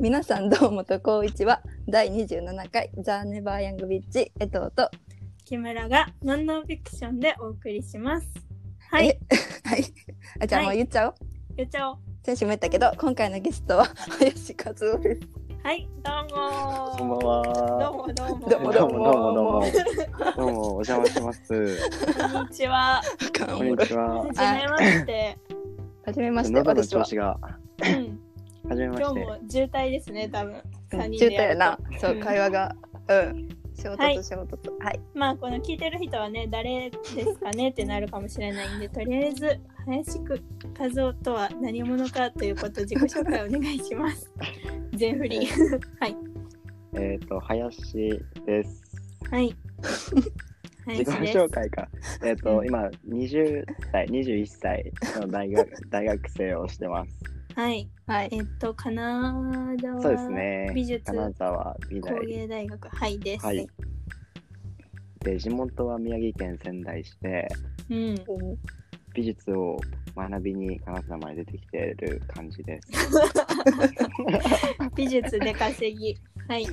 皆さんどうもとこういちは第27回ザ・ネバー・ヤング・ビッチ江藤と木村がノンノンフィクションでお送りします。はいえ、はいあじゃあもうはい言っちゃおう、よちゃお。先週も言ったけど今回のゲストは林和夫ですはい、どうもー。こんばんどうは。もどうも。どうもどうもどうもどうも、お邪魔します。こんにちは。あかんおこんもにろいちは。はじめまして。はじめまして喉の私調は子が。はうんじめま今日して。も渋滞ですね、多分。うん三人中で途ややるとな。そう会話がうん衝はい突衝突はい、まあ、この聞いてる人はね、誰ですかねってなるかもしれないんで、とりあえず、林く和夫とは何者かということ、自己紹介お願いし ます。全振り。はい。えっと、林です。はい。自林己です紹介か。えっうと、ん今、20歳、21歳の大学、大学生をしてます。はい。はいえっと、金沢そうですね。美術金沢美工大。芸大学、はいです。はい。で、地元は宮城県仙台市で、うん、うん美術を学びに金沢まで出てきている感じです。美術で稼ぎ。はい。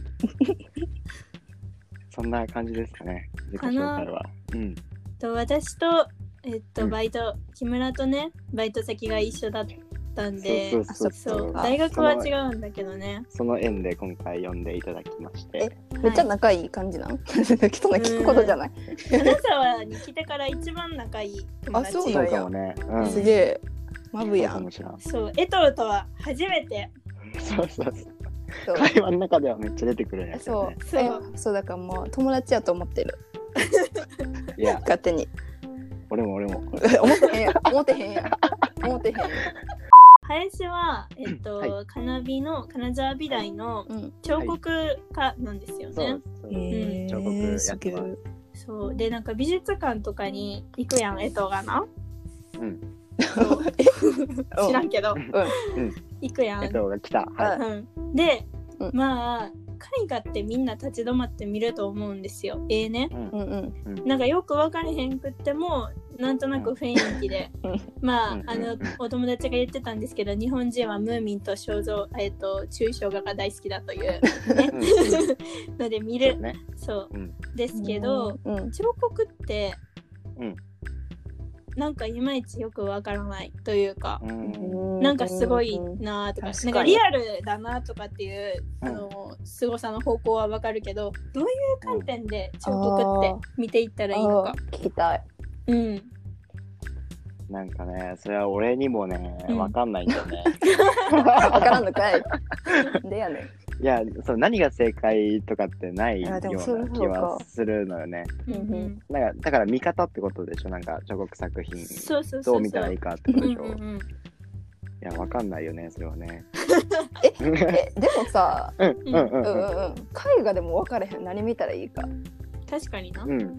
そんな感じですかね。自己紹介は。うん。と私と、えっと、うんバイト、木村とね、バイト先が一緒だったんで、そうそうそそううそそうう。大学は違うんだけどね。その縁で今回呼んでいただきまして。めっちゃはい仲いい感じなのそん な聞くことじゃない金沢に来てから一番仲いい友達。あそうそなうんやかもね。うん。すげえマブやそうかんもしれんそう、江藤とは初めて。そうそうそう。そう会話の中ではめっちゃ出てくるんやけそどね。うそうえそうだからもう友達やと思ってるいや、勝手に 俺も俺も。思ってへんやん思ってへんやん思ってへんやん林は、えっと、は金美の、金沢美大のうん彫刻家なんですよね。そうそう。へー彫刻やってますすげえそうでなんか美術館とかに行くやん江藤がなうん。うん知らんけど、うん行くやん、江藤が来た。はううん、で、うんまあ絵画ってみんな立ち止まって見ると思うんですよええねい。うんうんうんなんかよく分かれへんくってもなんとなく雰囲気で、うんまあ,、 うんあのお友達が言ってたんですけど日本人はムーミンと肖像、えっと抽象画が大好きだといううん。 ので見そうるね。そううん。ですけど、うん彫刻って、うんなんかいまいちよくわからないというか、うん。なんかすごいうんなーとか,、確かなにんかリアルだなとかっていう、うんあの凄さの方向はわかるけどどういう観点で彫刻ってあー見ていったらいいのあか。ー聞きたいうん、なんかね、それは俺にもねう、んわかんないんだよね。 わからんのかいでやねいや、そう、何が正解とかってないよあでもそうういうなこと気はするのよね。うんうんうんなんか、だから見方ってことでしょなんか、彫刻作品。そうそうそうそうどう見たらいいかってことうんでしうょんうんいや、わかんないよね、それはね。ええでもさうんうんううんんうんううん絵画でも分からへん何見たらいいか確かにな、ん。ううんん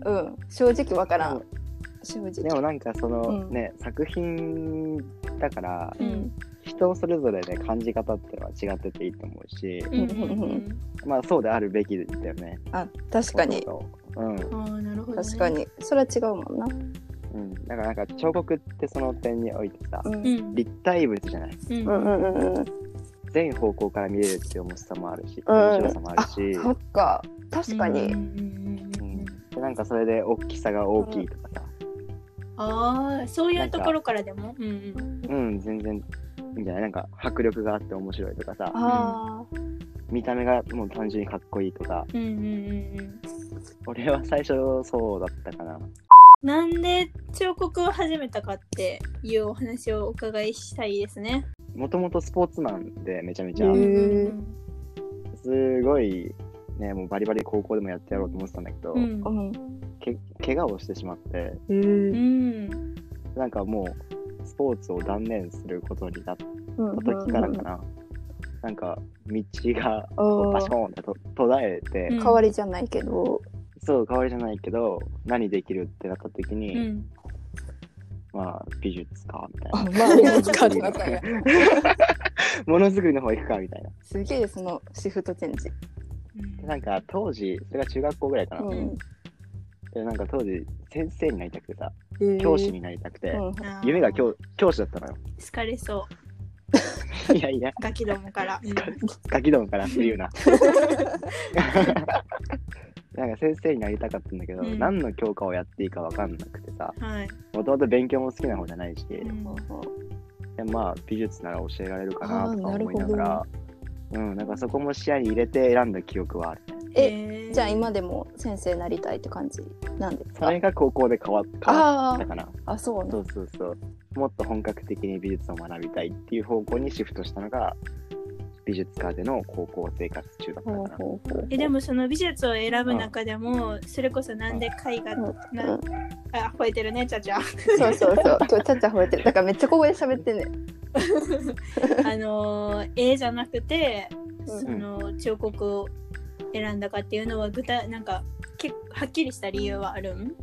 正直分からん正で直もなんかその、うんね作品だからうん人それぞれね感じ方ってのは違ってていいと思うし、うんうんうん、まあそうであるべきだよね。あ確かにそうそううんああなるほど、ね、確かにそれは違うもんなうん。だからなんか彫刻ってその点においてさ、うんうん立体物じゃない。うんうんうんうんうん全方向から見れるっていう面白さもあるし、うん面白さもあるし。そっか確かうんうにんうんううんん、でなんかそれで大きさが大きいとかさ、ああそういうところからでもうんうんうん、全然いいんじゃないなんか迫力があって面白いとかさ、あー見た目がもう単純にかっこいいとか、うんうんうんうん俺は最初そうだったかな。なんで彫刻を始めたかっていうお話をお伺いしたいですね。もともとスポーツマンでめちゃめちゃ、へうーんすごい、ね、もうバリバリ高校でもやってやろうと思ってたんだけど、うんう。んけ怪我をしてしまって、ううんんなんかもう、スポーツを断念することになったうん時からかな、なんか道があこうパシーコーンってと途絶えて、うん代わりじゃないけどそう、代わりじゃないけど、何できるってなった時に、うん。まあ、美術か、みたいあ な。 まあでも使われなかったんやものづくりの方行くか、みたいな。すげえそのシフトチェンジでなんか当時、それが中学校ぐらいかな。うんでなんか当時、先生になりたくてさ、へー教師になりたくて、うんあー 夢が教教師だったのよ。疲れそいやいや、ガキどもから。うんガキどもから言うな。 なんか先生になりたかったんだけど、うん何の教科をやっていいかわかんなくてさ、はい。もともと勉強も好きな方じゃないし、うんほうほうでまあ美術なら教えられるかなあーとか思いながら、うん、なんかそこも視野に入れて選んだ記憶はある。えじゃあ今でも先生なりたいって感じなんですそかれが高校で変わ変あわったーかな。あそうなそんうそうそう。もっと本格的に美術を学びたいっていう方向にシフトしたのが、美術科での高校生活中だったかほうな。ほうほうえでもその美術を選ぶ中でもそれこそなんで絵画うなんあ吠えてるねちゃちゃ あそうそうそう今日ちゃっちゃ吠えてるだからめっちゃ小声で喋ってんねのー絵じゃなくてうんその彫刻を選んだかっていうのは具体なんかけはっきりした理由はあるん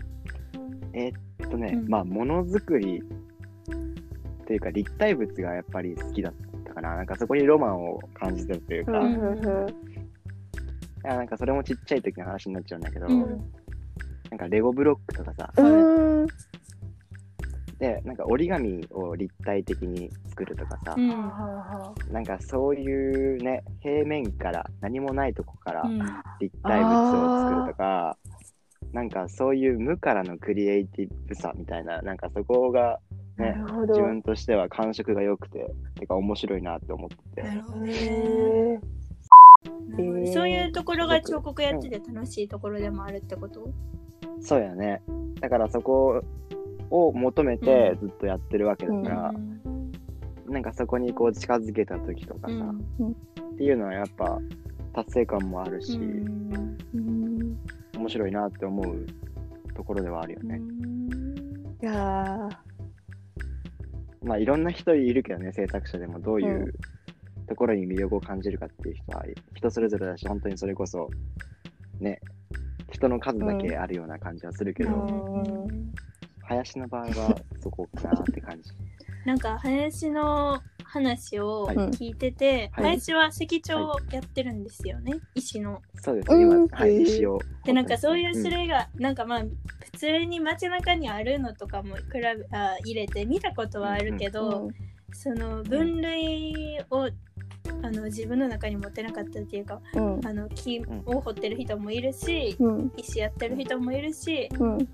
えっとね、うんまあ、ものづくりっていうか、立体物がやっぱり好きだったかな。なんかそこにロマンを感じてるというか、うんんうんあなんかそれもちっちゃい時の話になっちゃうんだけど、うんなんかレゴブロックとかさ、うんうんで、なんか折り紙を立体的に作るとかさ、うんはなんかそういうね、平面から何もないとこから、うん立体物を作るとかなんかそういう無からのクリエイティブさみたいななんかそこがあはあなねるほど自分としては感触が良くててか面白いなって思ってなてるほどへねーなるほどそういうところが彫刻やってて楽しいところでもあるってことそうやねだからそこを求めてずっとやってるわけだから、なんかそこにこう近づけた時とかうさ、んっていうのはやっぱ達成感もあるし、うんうん面白いなって思うところではあるよね、いやーまあいろんな人いるけどね制作者でもどういうところに魅力を感じるかっていう人は人それぞれだし本当にそれこそね人の数だけあるような感じはするけど、うんうん林の場合はそこかなっ て感じなんか林の話を聞いてて、はい林は石彫をやってるんですよね、石の。そうですね今、うんはい石をでなんかそういうす種る類が、なんかまあ普通に街中にあるのとかも比べあ入れて見たことはあるけうど、んその分類をあの自分の中に持ってなかったっていうかうんあの木を掘ってる人もいるし、うん石やってる人もいるし、うんうんうん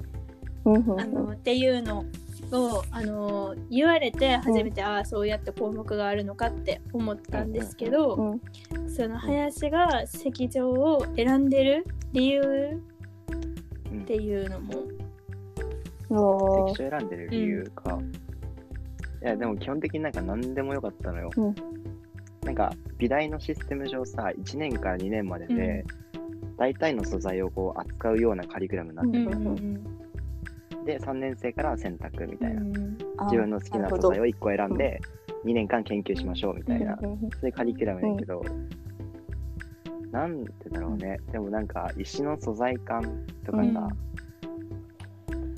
あのっていうのをあの言われて初めて、ああそうやって項目があるのかって思ったんですけど、うんその林が石条を選んでる理由っていうのも、お石ー書選んでる理由か、いやでも基本的になんか何でもよかったのよ、うんなんか美大のシステム上さ1年から2年までで、大体の素材をこう扱うようなカリキュラムになってううんんううんんで3年生から選択みうたいな、ん、あ自分の好きな素材を1個選んなで2年間研究しましょうみたいな、うんうんそういうカリキュラムやけど、なんてだろうねでもなんか石の素材感とかさ、うん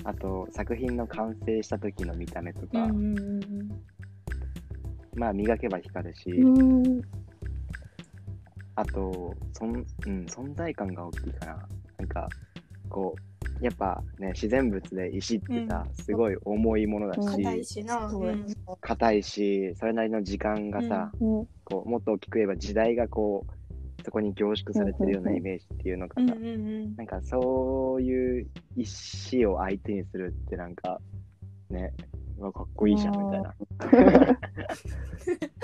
あと作品の完成した時の見た目とか、まあ磨けば光るし、うんあとそん、うん、存在感が大きいかななんかこうやっぱね自然物で石ってさ、すごい重いものだうん硬いししな、そうや硬いしそれなりの時間がさ、うんこうもっと大きく言えば時代がこうそこに凝縮されてるようなイメージっていうのうかんな、うんうんなんかそういう石を相手にするってなんかねうわかっこいいじゃんみたいな。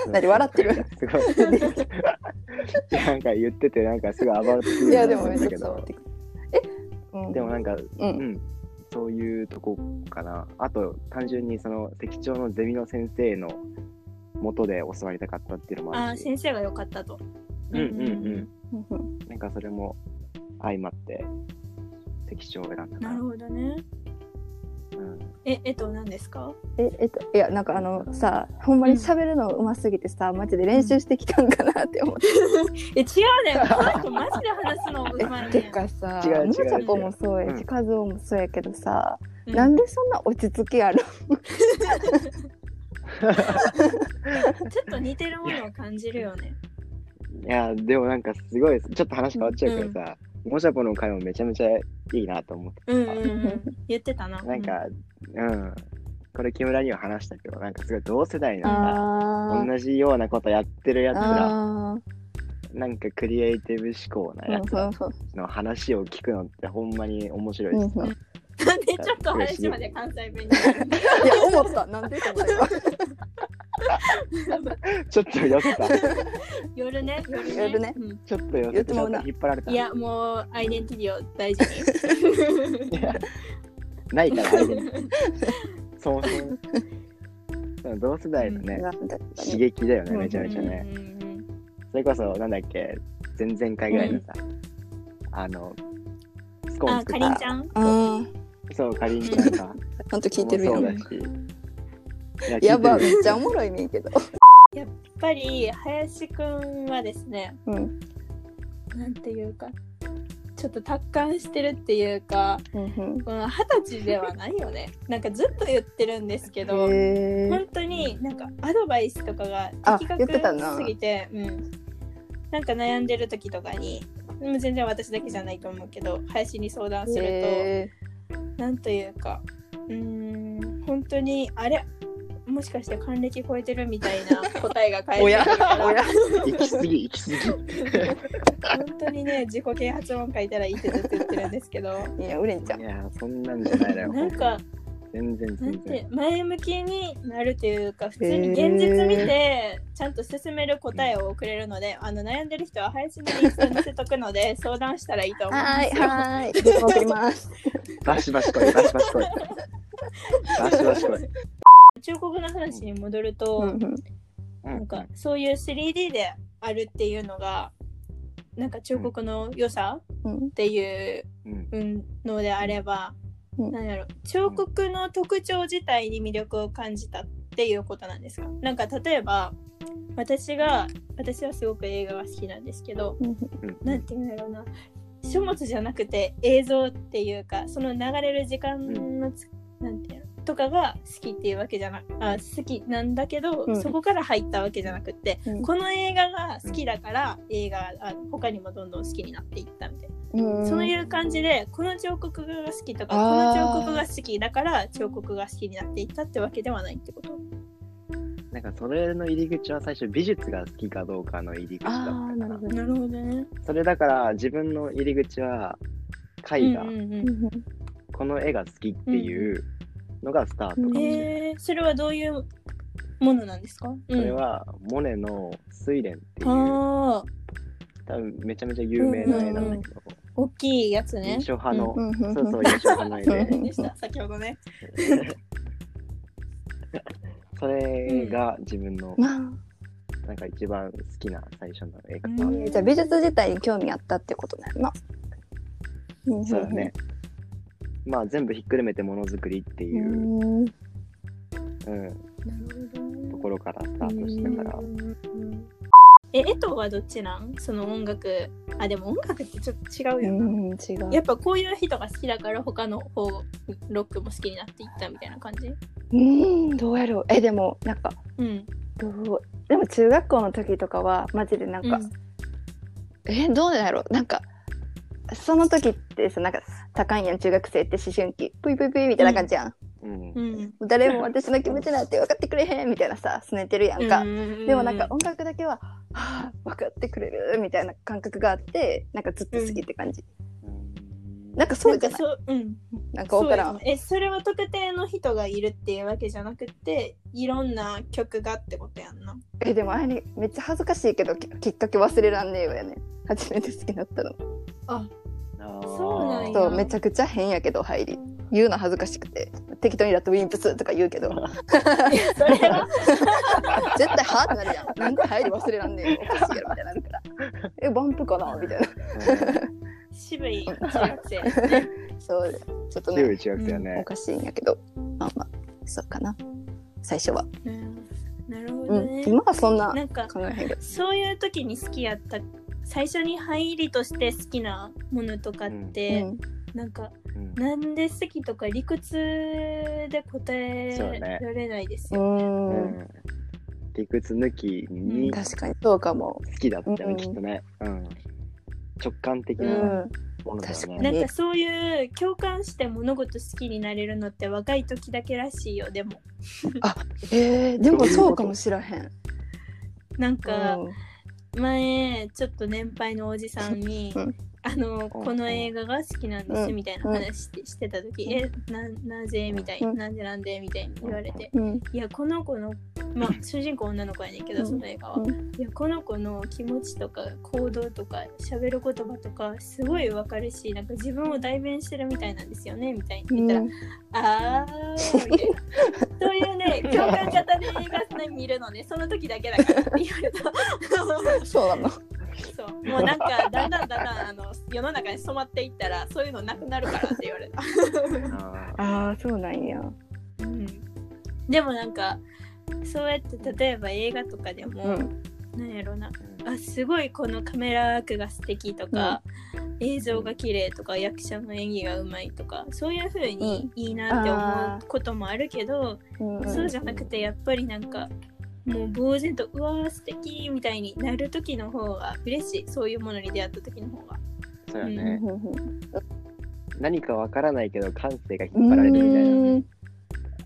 何笑ってるすごい。い やなんか言っててなんかすごい暴れてくいるやでとも思めっっちたゃけ伝わっどてくるえ、うん、でもなんか、ううんん、そういうとこかな。あと単純にその石長のゼミの先生の元で教わりたかったっていうのもああるーし。先生が良かったと。うんうんうん。うんうんなんかそれも相まって石長を選んだかななる。ほどね。うんえ、えっと、何ですかええっといやなんかあのさほんまに喋るのうますぎてさマジで練習してきたんかなって思って、え、違うねん。この人マジで話すのう まいてねん。かさ違う違う違うむちゃこもそううやんし和夫もそうやけどさ、うんなんでそんな落ち着きあるちょっと似てるものを感じるよね。いやでもなんかすごいちょっと話変わっちゃうけどさ、もしゃぽの会もめちゃめちゃいいなと思ってうんうんうん。言ってたな。なんか、うん、これ木村には話したけど、なんかすごい同世代のあさ、ー同じようなことやってるやつら、あーなんかクリエイティブ思考なやつそらうそうそうの話を聞くのってほんまに面白いしうんうさん。なんでちょっと話まで関西弁になる いや思ったなんでと思った今 ちょっと 酔った。夜ね夜ね夜ねうんちょっと酔言っってててちまょうっなと引っ張られた。いやもうアイデンティティを大事に ないから、相手 にそもそも。でも同世代のね、なんだったね刺激だよね、うんめちゃめちゃね。うんうんうんそれこそ、なんだっけ、前々回ぐらいのさ、あの、スコーンあ作かっりんたち。ゃんああそう、かりんちゃんさ。ちゃんと 聞いてるやもんそうだし。いややばめ聞いてるよっちゃおもろいねんけどやっぱり林くんはですねうんなんていうかちょっと達観してるっていうかうんこの二十歳ではないよねなんかずっと言ってるんですけうどんへー本当になんかアドバイスとかがあ的言ってた確なすぎてうん、なんか悩んでる時とかにでも全然私だけじゃないと思うけど林に相談すると、へなんというかうーん本当にあれもしかして還暦超えてるみたいな答えが返ってくるかー おやら行き過ぎ、行 き過ぎ。本当にね自己啓発本書いたらいいってずっと言ってるんですけど いやうれんちゃんいや、そんなんじゃないだよ。なんか全然なん全て然。前向きになるというか普通に現実見てちゃんと進める答えを送れるのであの悩んでる人は林のインスタに載せとく ので相談したらいいと思いまはすいはいわかりますバシバシ来い、バシバシ来い。バシバシ来い。中国の話に戻ると、うんうんうなんかそういう 3D であるっていうのがなんか彫刻の良さうんっていううんうんのであれば、うんなんやろ彫刻の特徴自体に魅力を感じたっていうことなんですかなんか例えば私が私はすごく映画が好きなんですけどうんなんていうんだろうな書物じゃなくて映像っていうかその流れる時間のつ、なんていうのとかが好きっていうわけじゃなあ好きなんだけど、うんそこから入ったわけじゃなくて、うんこの映画が好きだから、映画あ他にもどんどん好きになっていったみたいな。うんそういう感じでこの彫刻が好きとかこあのー彫刻が好きだから彫刻が好きになっていったってわけではないってことなんかそれの入り口は最初美術が好きかどうかの入り口だったかああななるほどなるほどね。それだから自分の入り口はうん絵画、うんうんこの絵が好きっていうのがスタートかもうん、しれない、えー、それはどういうものなんですかそそれはモネの「睡蓮」っていうああ多分めちゃめちゃ有名な絵なんだけど、大きいやつね印。象派の、うんうんそうそう印象派の絵うでんで した先ほどね。それが自分のまなんか一番好きな最初の絵画、うあんじゃあ美術自体に興味あったってことだよなうんそうだねまあ全部ひっくるめてものづくりってういう、んうん、なるほどねところからスタートしたから、うんうんえ絵とはどっちなんその音楽あでも音楽ってちょっと違ううよな。ん違うやっぱこういう人が好きだから他の方ロックも好きになっていったみたいな感じうんどうやろうえでもなんかうん。どうでも中学校の時とかはマジでなんか、えどうだろうなんかその時ってさなんか高いやん中学生って思春期ぷいぷいぷいみたいな感じやん、うんうん。うん。誰も私の気持ちなんて分かってくれへんみたいなさすねてるやんか、でもなんか音楽だけは、はあ、分かってくれるみたいな感覚があってなんかずっと好きって感じ、なんかそうじゃないなんかそう、うん。なんか分からそうんですねえ、それは特定の人がいるっていうわけじゃなくて、いろんな曲がってことや んな。えでもあれにめっちゃ恥ずかしいけどききっかけ忘れらんねえよやね初めて好きになったのそうなんやそうめちゃくちゃ変やけど入り言うの恥ずかしくて適当にだってウィンプスとか言うけどそれは、絶対はってなるやんなんか入り忘れらんねえよおかしいやろみたいになるからえバンプかなみたいな渋い中学生ですね。そうちょっと強ねい中学生よおね、かしいんやけどまあまあそうかな最初は、うんなるほうどん、ね。今はそんななんか、考えへんけどそういう時に好きやった、最初に入りとして好きなものとかって、うんなんか、うんなんで好きとか理屈で答えそうねられないですう、よ。うんん理屈抜きうにん好確かにそうかも、きだったよね、うんきっとね、うん、直感的うな、んものだよ確なね。んかそういう共感して物事好きになれるのって若い時だけらしいよでもえー、でもそうかもしらへん。なんかうん前ちょっと年配のおじさんに うん「あのこの映画が好きなんです」みたいな話してしてた時「うんえななぜ?」みたいなう「んなんでなんで?」みたいに言われてうん、いやこの子のまあ主人公女の子やねんけうどんその映画は、ういやこの子の気持ちとか行動とか喋る言葉とかすごいわかるしなんか自分を代弁してるみたいなんですよねみたいに言ったら、あーみたいなそういう ね共感型で映画ね見るのねその時だけだからって言われたそうなの。そうもうなんかだんだんだんだんあの世の中に染まっていったらそういうのなくなるからって言われたあああ、そうなんや。 うんでもなんかそうやって例えば映画とかでうも、ん。なんやろなーあすごいこのカメラワークが素敵とか、映像が綺麗とか役者の演技がうまいとかそういう風にいいなって思うこともあるけど、うん、そうじゃなくてやっぱりなんかもう呆然とうわー素敵みたいになる時の方が嬉しいそういうものに出会った時の方がそうようね。ん何かわからないけど感性がう引っ張られるみたいな。ん。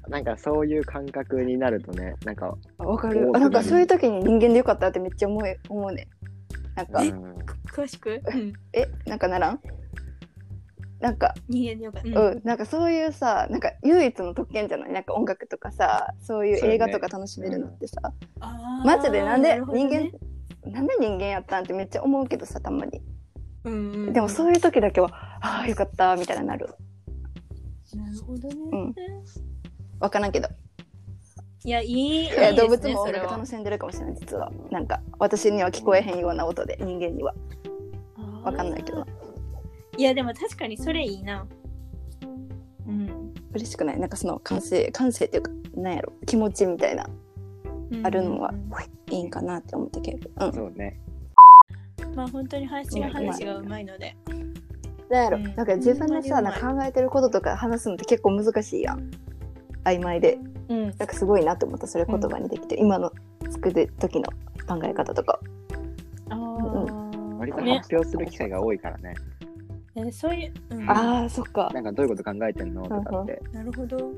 なんかそういう感覚になるとね、なんか、あわかる。あなんかそういう時に人間でよかったってめっちゃ思う思うね。なんかうえん詳しく、うん、えなんかならん？なんか人間でよかった、うんうん、なんかそういうさなんか唯一の特権じゃないなんか音楽とかさそういう映画とか楽しめるのってさ、あーマジでなんでるほど人間、ねなんで人間やったんってめっちゃ思うけどさたまにうんうん、でもそういう時だけはああよかったみたいになるなるほどね、うんわからんけどいやいいいやいいです動ね物も音それ楽は楽しんでるかもしれない実はなんか私には聞こえへんような音で人間にはわかんないけどいやでも確かにそれいいなうん、嬉しくないなんかその感性感性っていうかなんやろ気持ちみたいなあるのははいいんかなって思ったけどうんそうね。まあ本当に話が話がうまいのでなんやろ、うんなんか自分のさうんなんか考えてることとか話すのって結構難しいやん曖昧でうんなんかすごいなって思ったそれ言葉にできて、今の作る時の考え方とかあ割とーね発表する機会が多いからね。えーそういう、うん、あーそっかなんかどういうこと考えてんのとかって、なるほど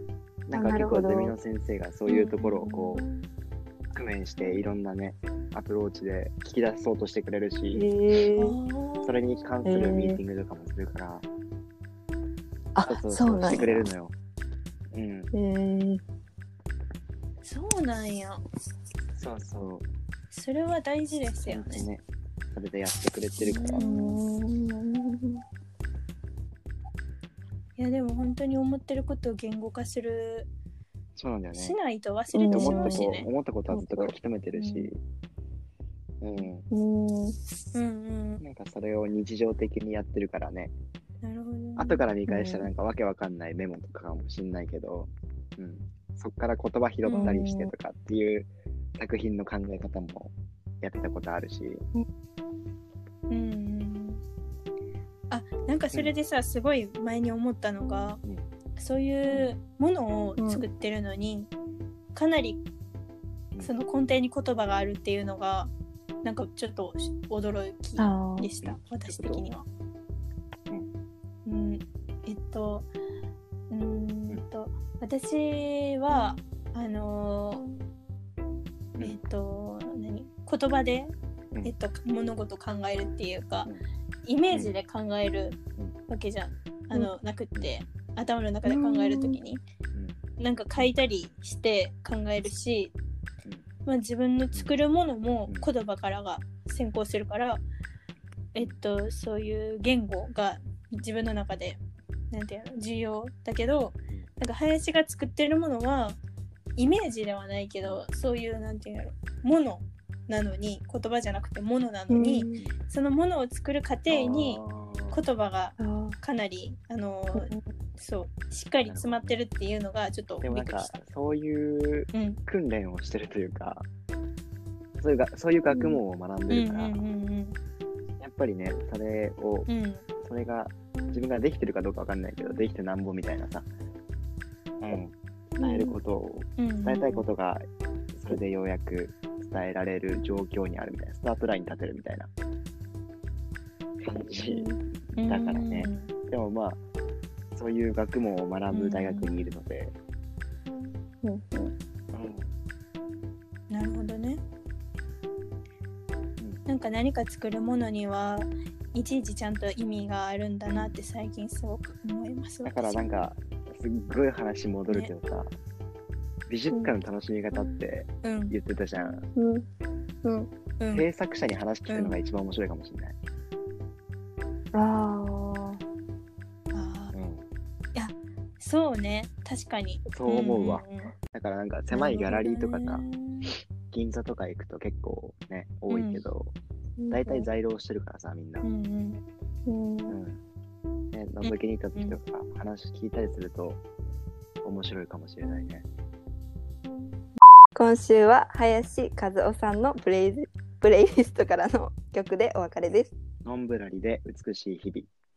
なんかなるほ結構どゼミの先生がそういうところをこう、工面していろんなね、アプローチで聞き出そうとしてくれるへし、えそれに関すへーるミーティングとかもするから、あそうそそううしなんてやくれるへのよ。うん、えそうなんやそうそう。それは大事ですよ本当ねにね、それでやってくれてるからう。んいやでも本当に思ってることを言語化するそうなんだよねし。ないと忘れてし思まったうこしと、ね、思ったことはずっと書き留めてるし、うん、うんうんうんなんかそれを日常的にやってるからね、なるほどね、後から見返したらなんかわけわかんないメモとかかもしんないけど、うん、そっから言葉拾ったりしてとかっていう作品の考え方もやってたことあるし、うんうんうんあなんかそれでさ、すごい前に思ったのが、うんそういうものを作ってるのに、かなりうんその根底に言葉があるっていうのがなんかちょっと驚きあでしたうん私的には。うん、えっとうーんと私はあのうんーえっと何言葉でう、んえっと、物事を考えるっていうかうんイメージで考えるうんわけじゃあのなくって頭の中で考えるときになんか書いたりして考えるしうん、まあ、自分の作るものもうん言葉からが先行するから、えっと、そういう言語が自分の中でなんていうの重要だけどなんか林が作ってるものはイメージではないけどそういうなんていうんやろものなのに言葉じゃなくてものなのに、そのものを作る過程にあ言葉があーかなりあのそうしっかり詰まってるっていうのがちょっとーびでっもなんくりかした。そういううん訓練をしてるというかそういうがそういう学問を学んうでんるうから、んやっぱりねそれをうんうんそれが自分ができてるかどうかわかんないけどできてなんぼみたいなさ、うん、伝えることをうん伝えたいことがそれでようやく伝えられる状況にあるみたいなスタートラインに立てるみたいな感じだからねでもまあそういう学問を学ぶ大学にいるので、うんうんうんなるほどねなんか何か作るものにはいちいちちゃんと意味があるんだなって最近すごく思いますだからなんかすっごい話戻るけどさ、美術館の楽しみ方ってうん言ってたじゃん、うんうんうん制作者に話聞くのが一番面白いかもしれない、あああーうんそうね確かにそう思うわんんんだからなんか狭いギャラリーとかなさるほどね銀座とか行くと結構ね多いけど、大体在労してるからさみんな、うんううんんうんね、覗きに行った時とか話聞いたりすると面白いかもしれないね。今週は林和夫さんのプレイズプレイリストからの曲でお別れですノンブラリで美しい日々。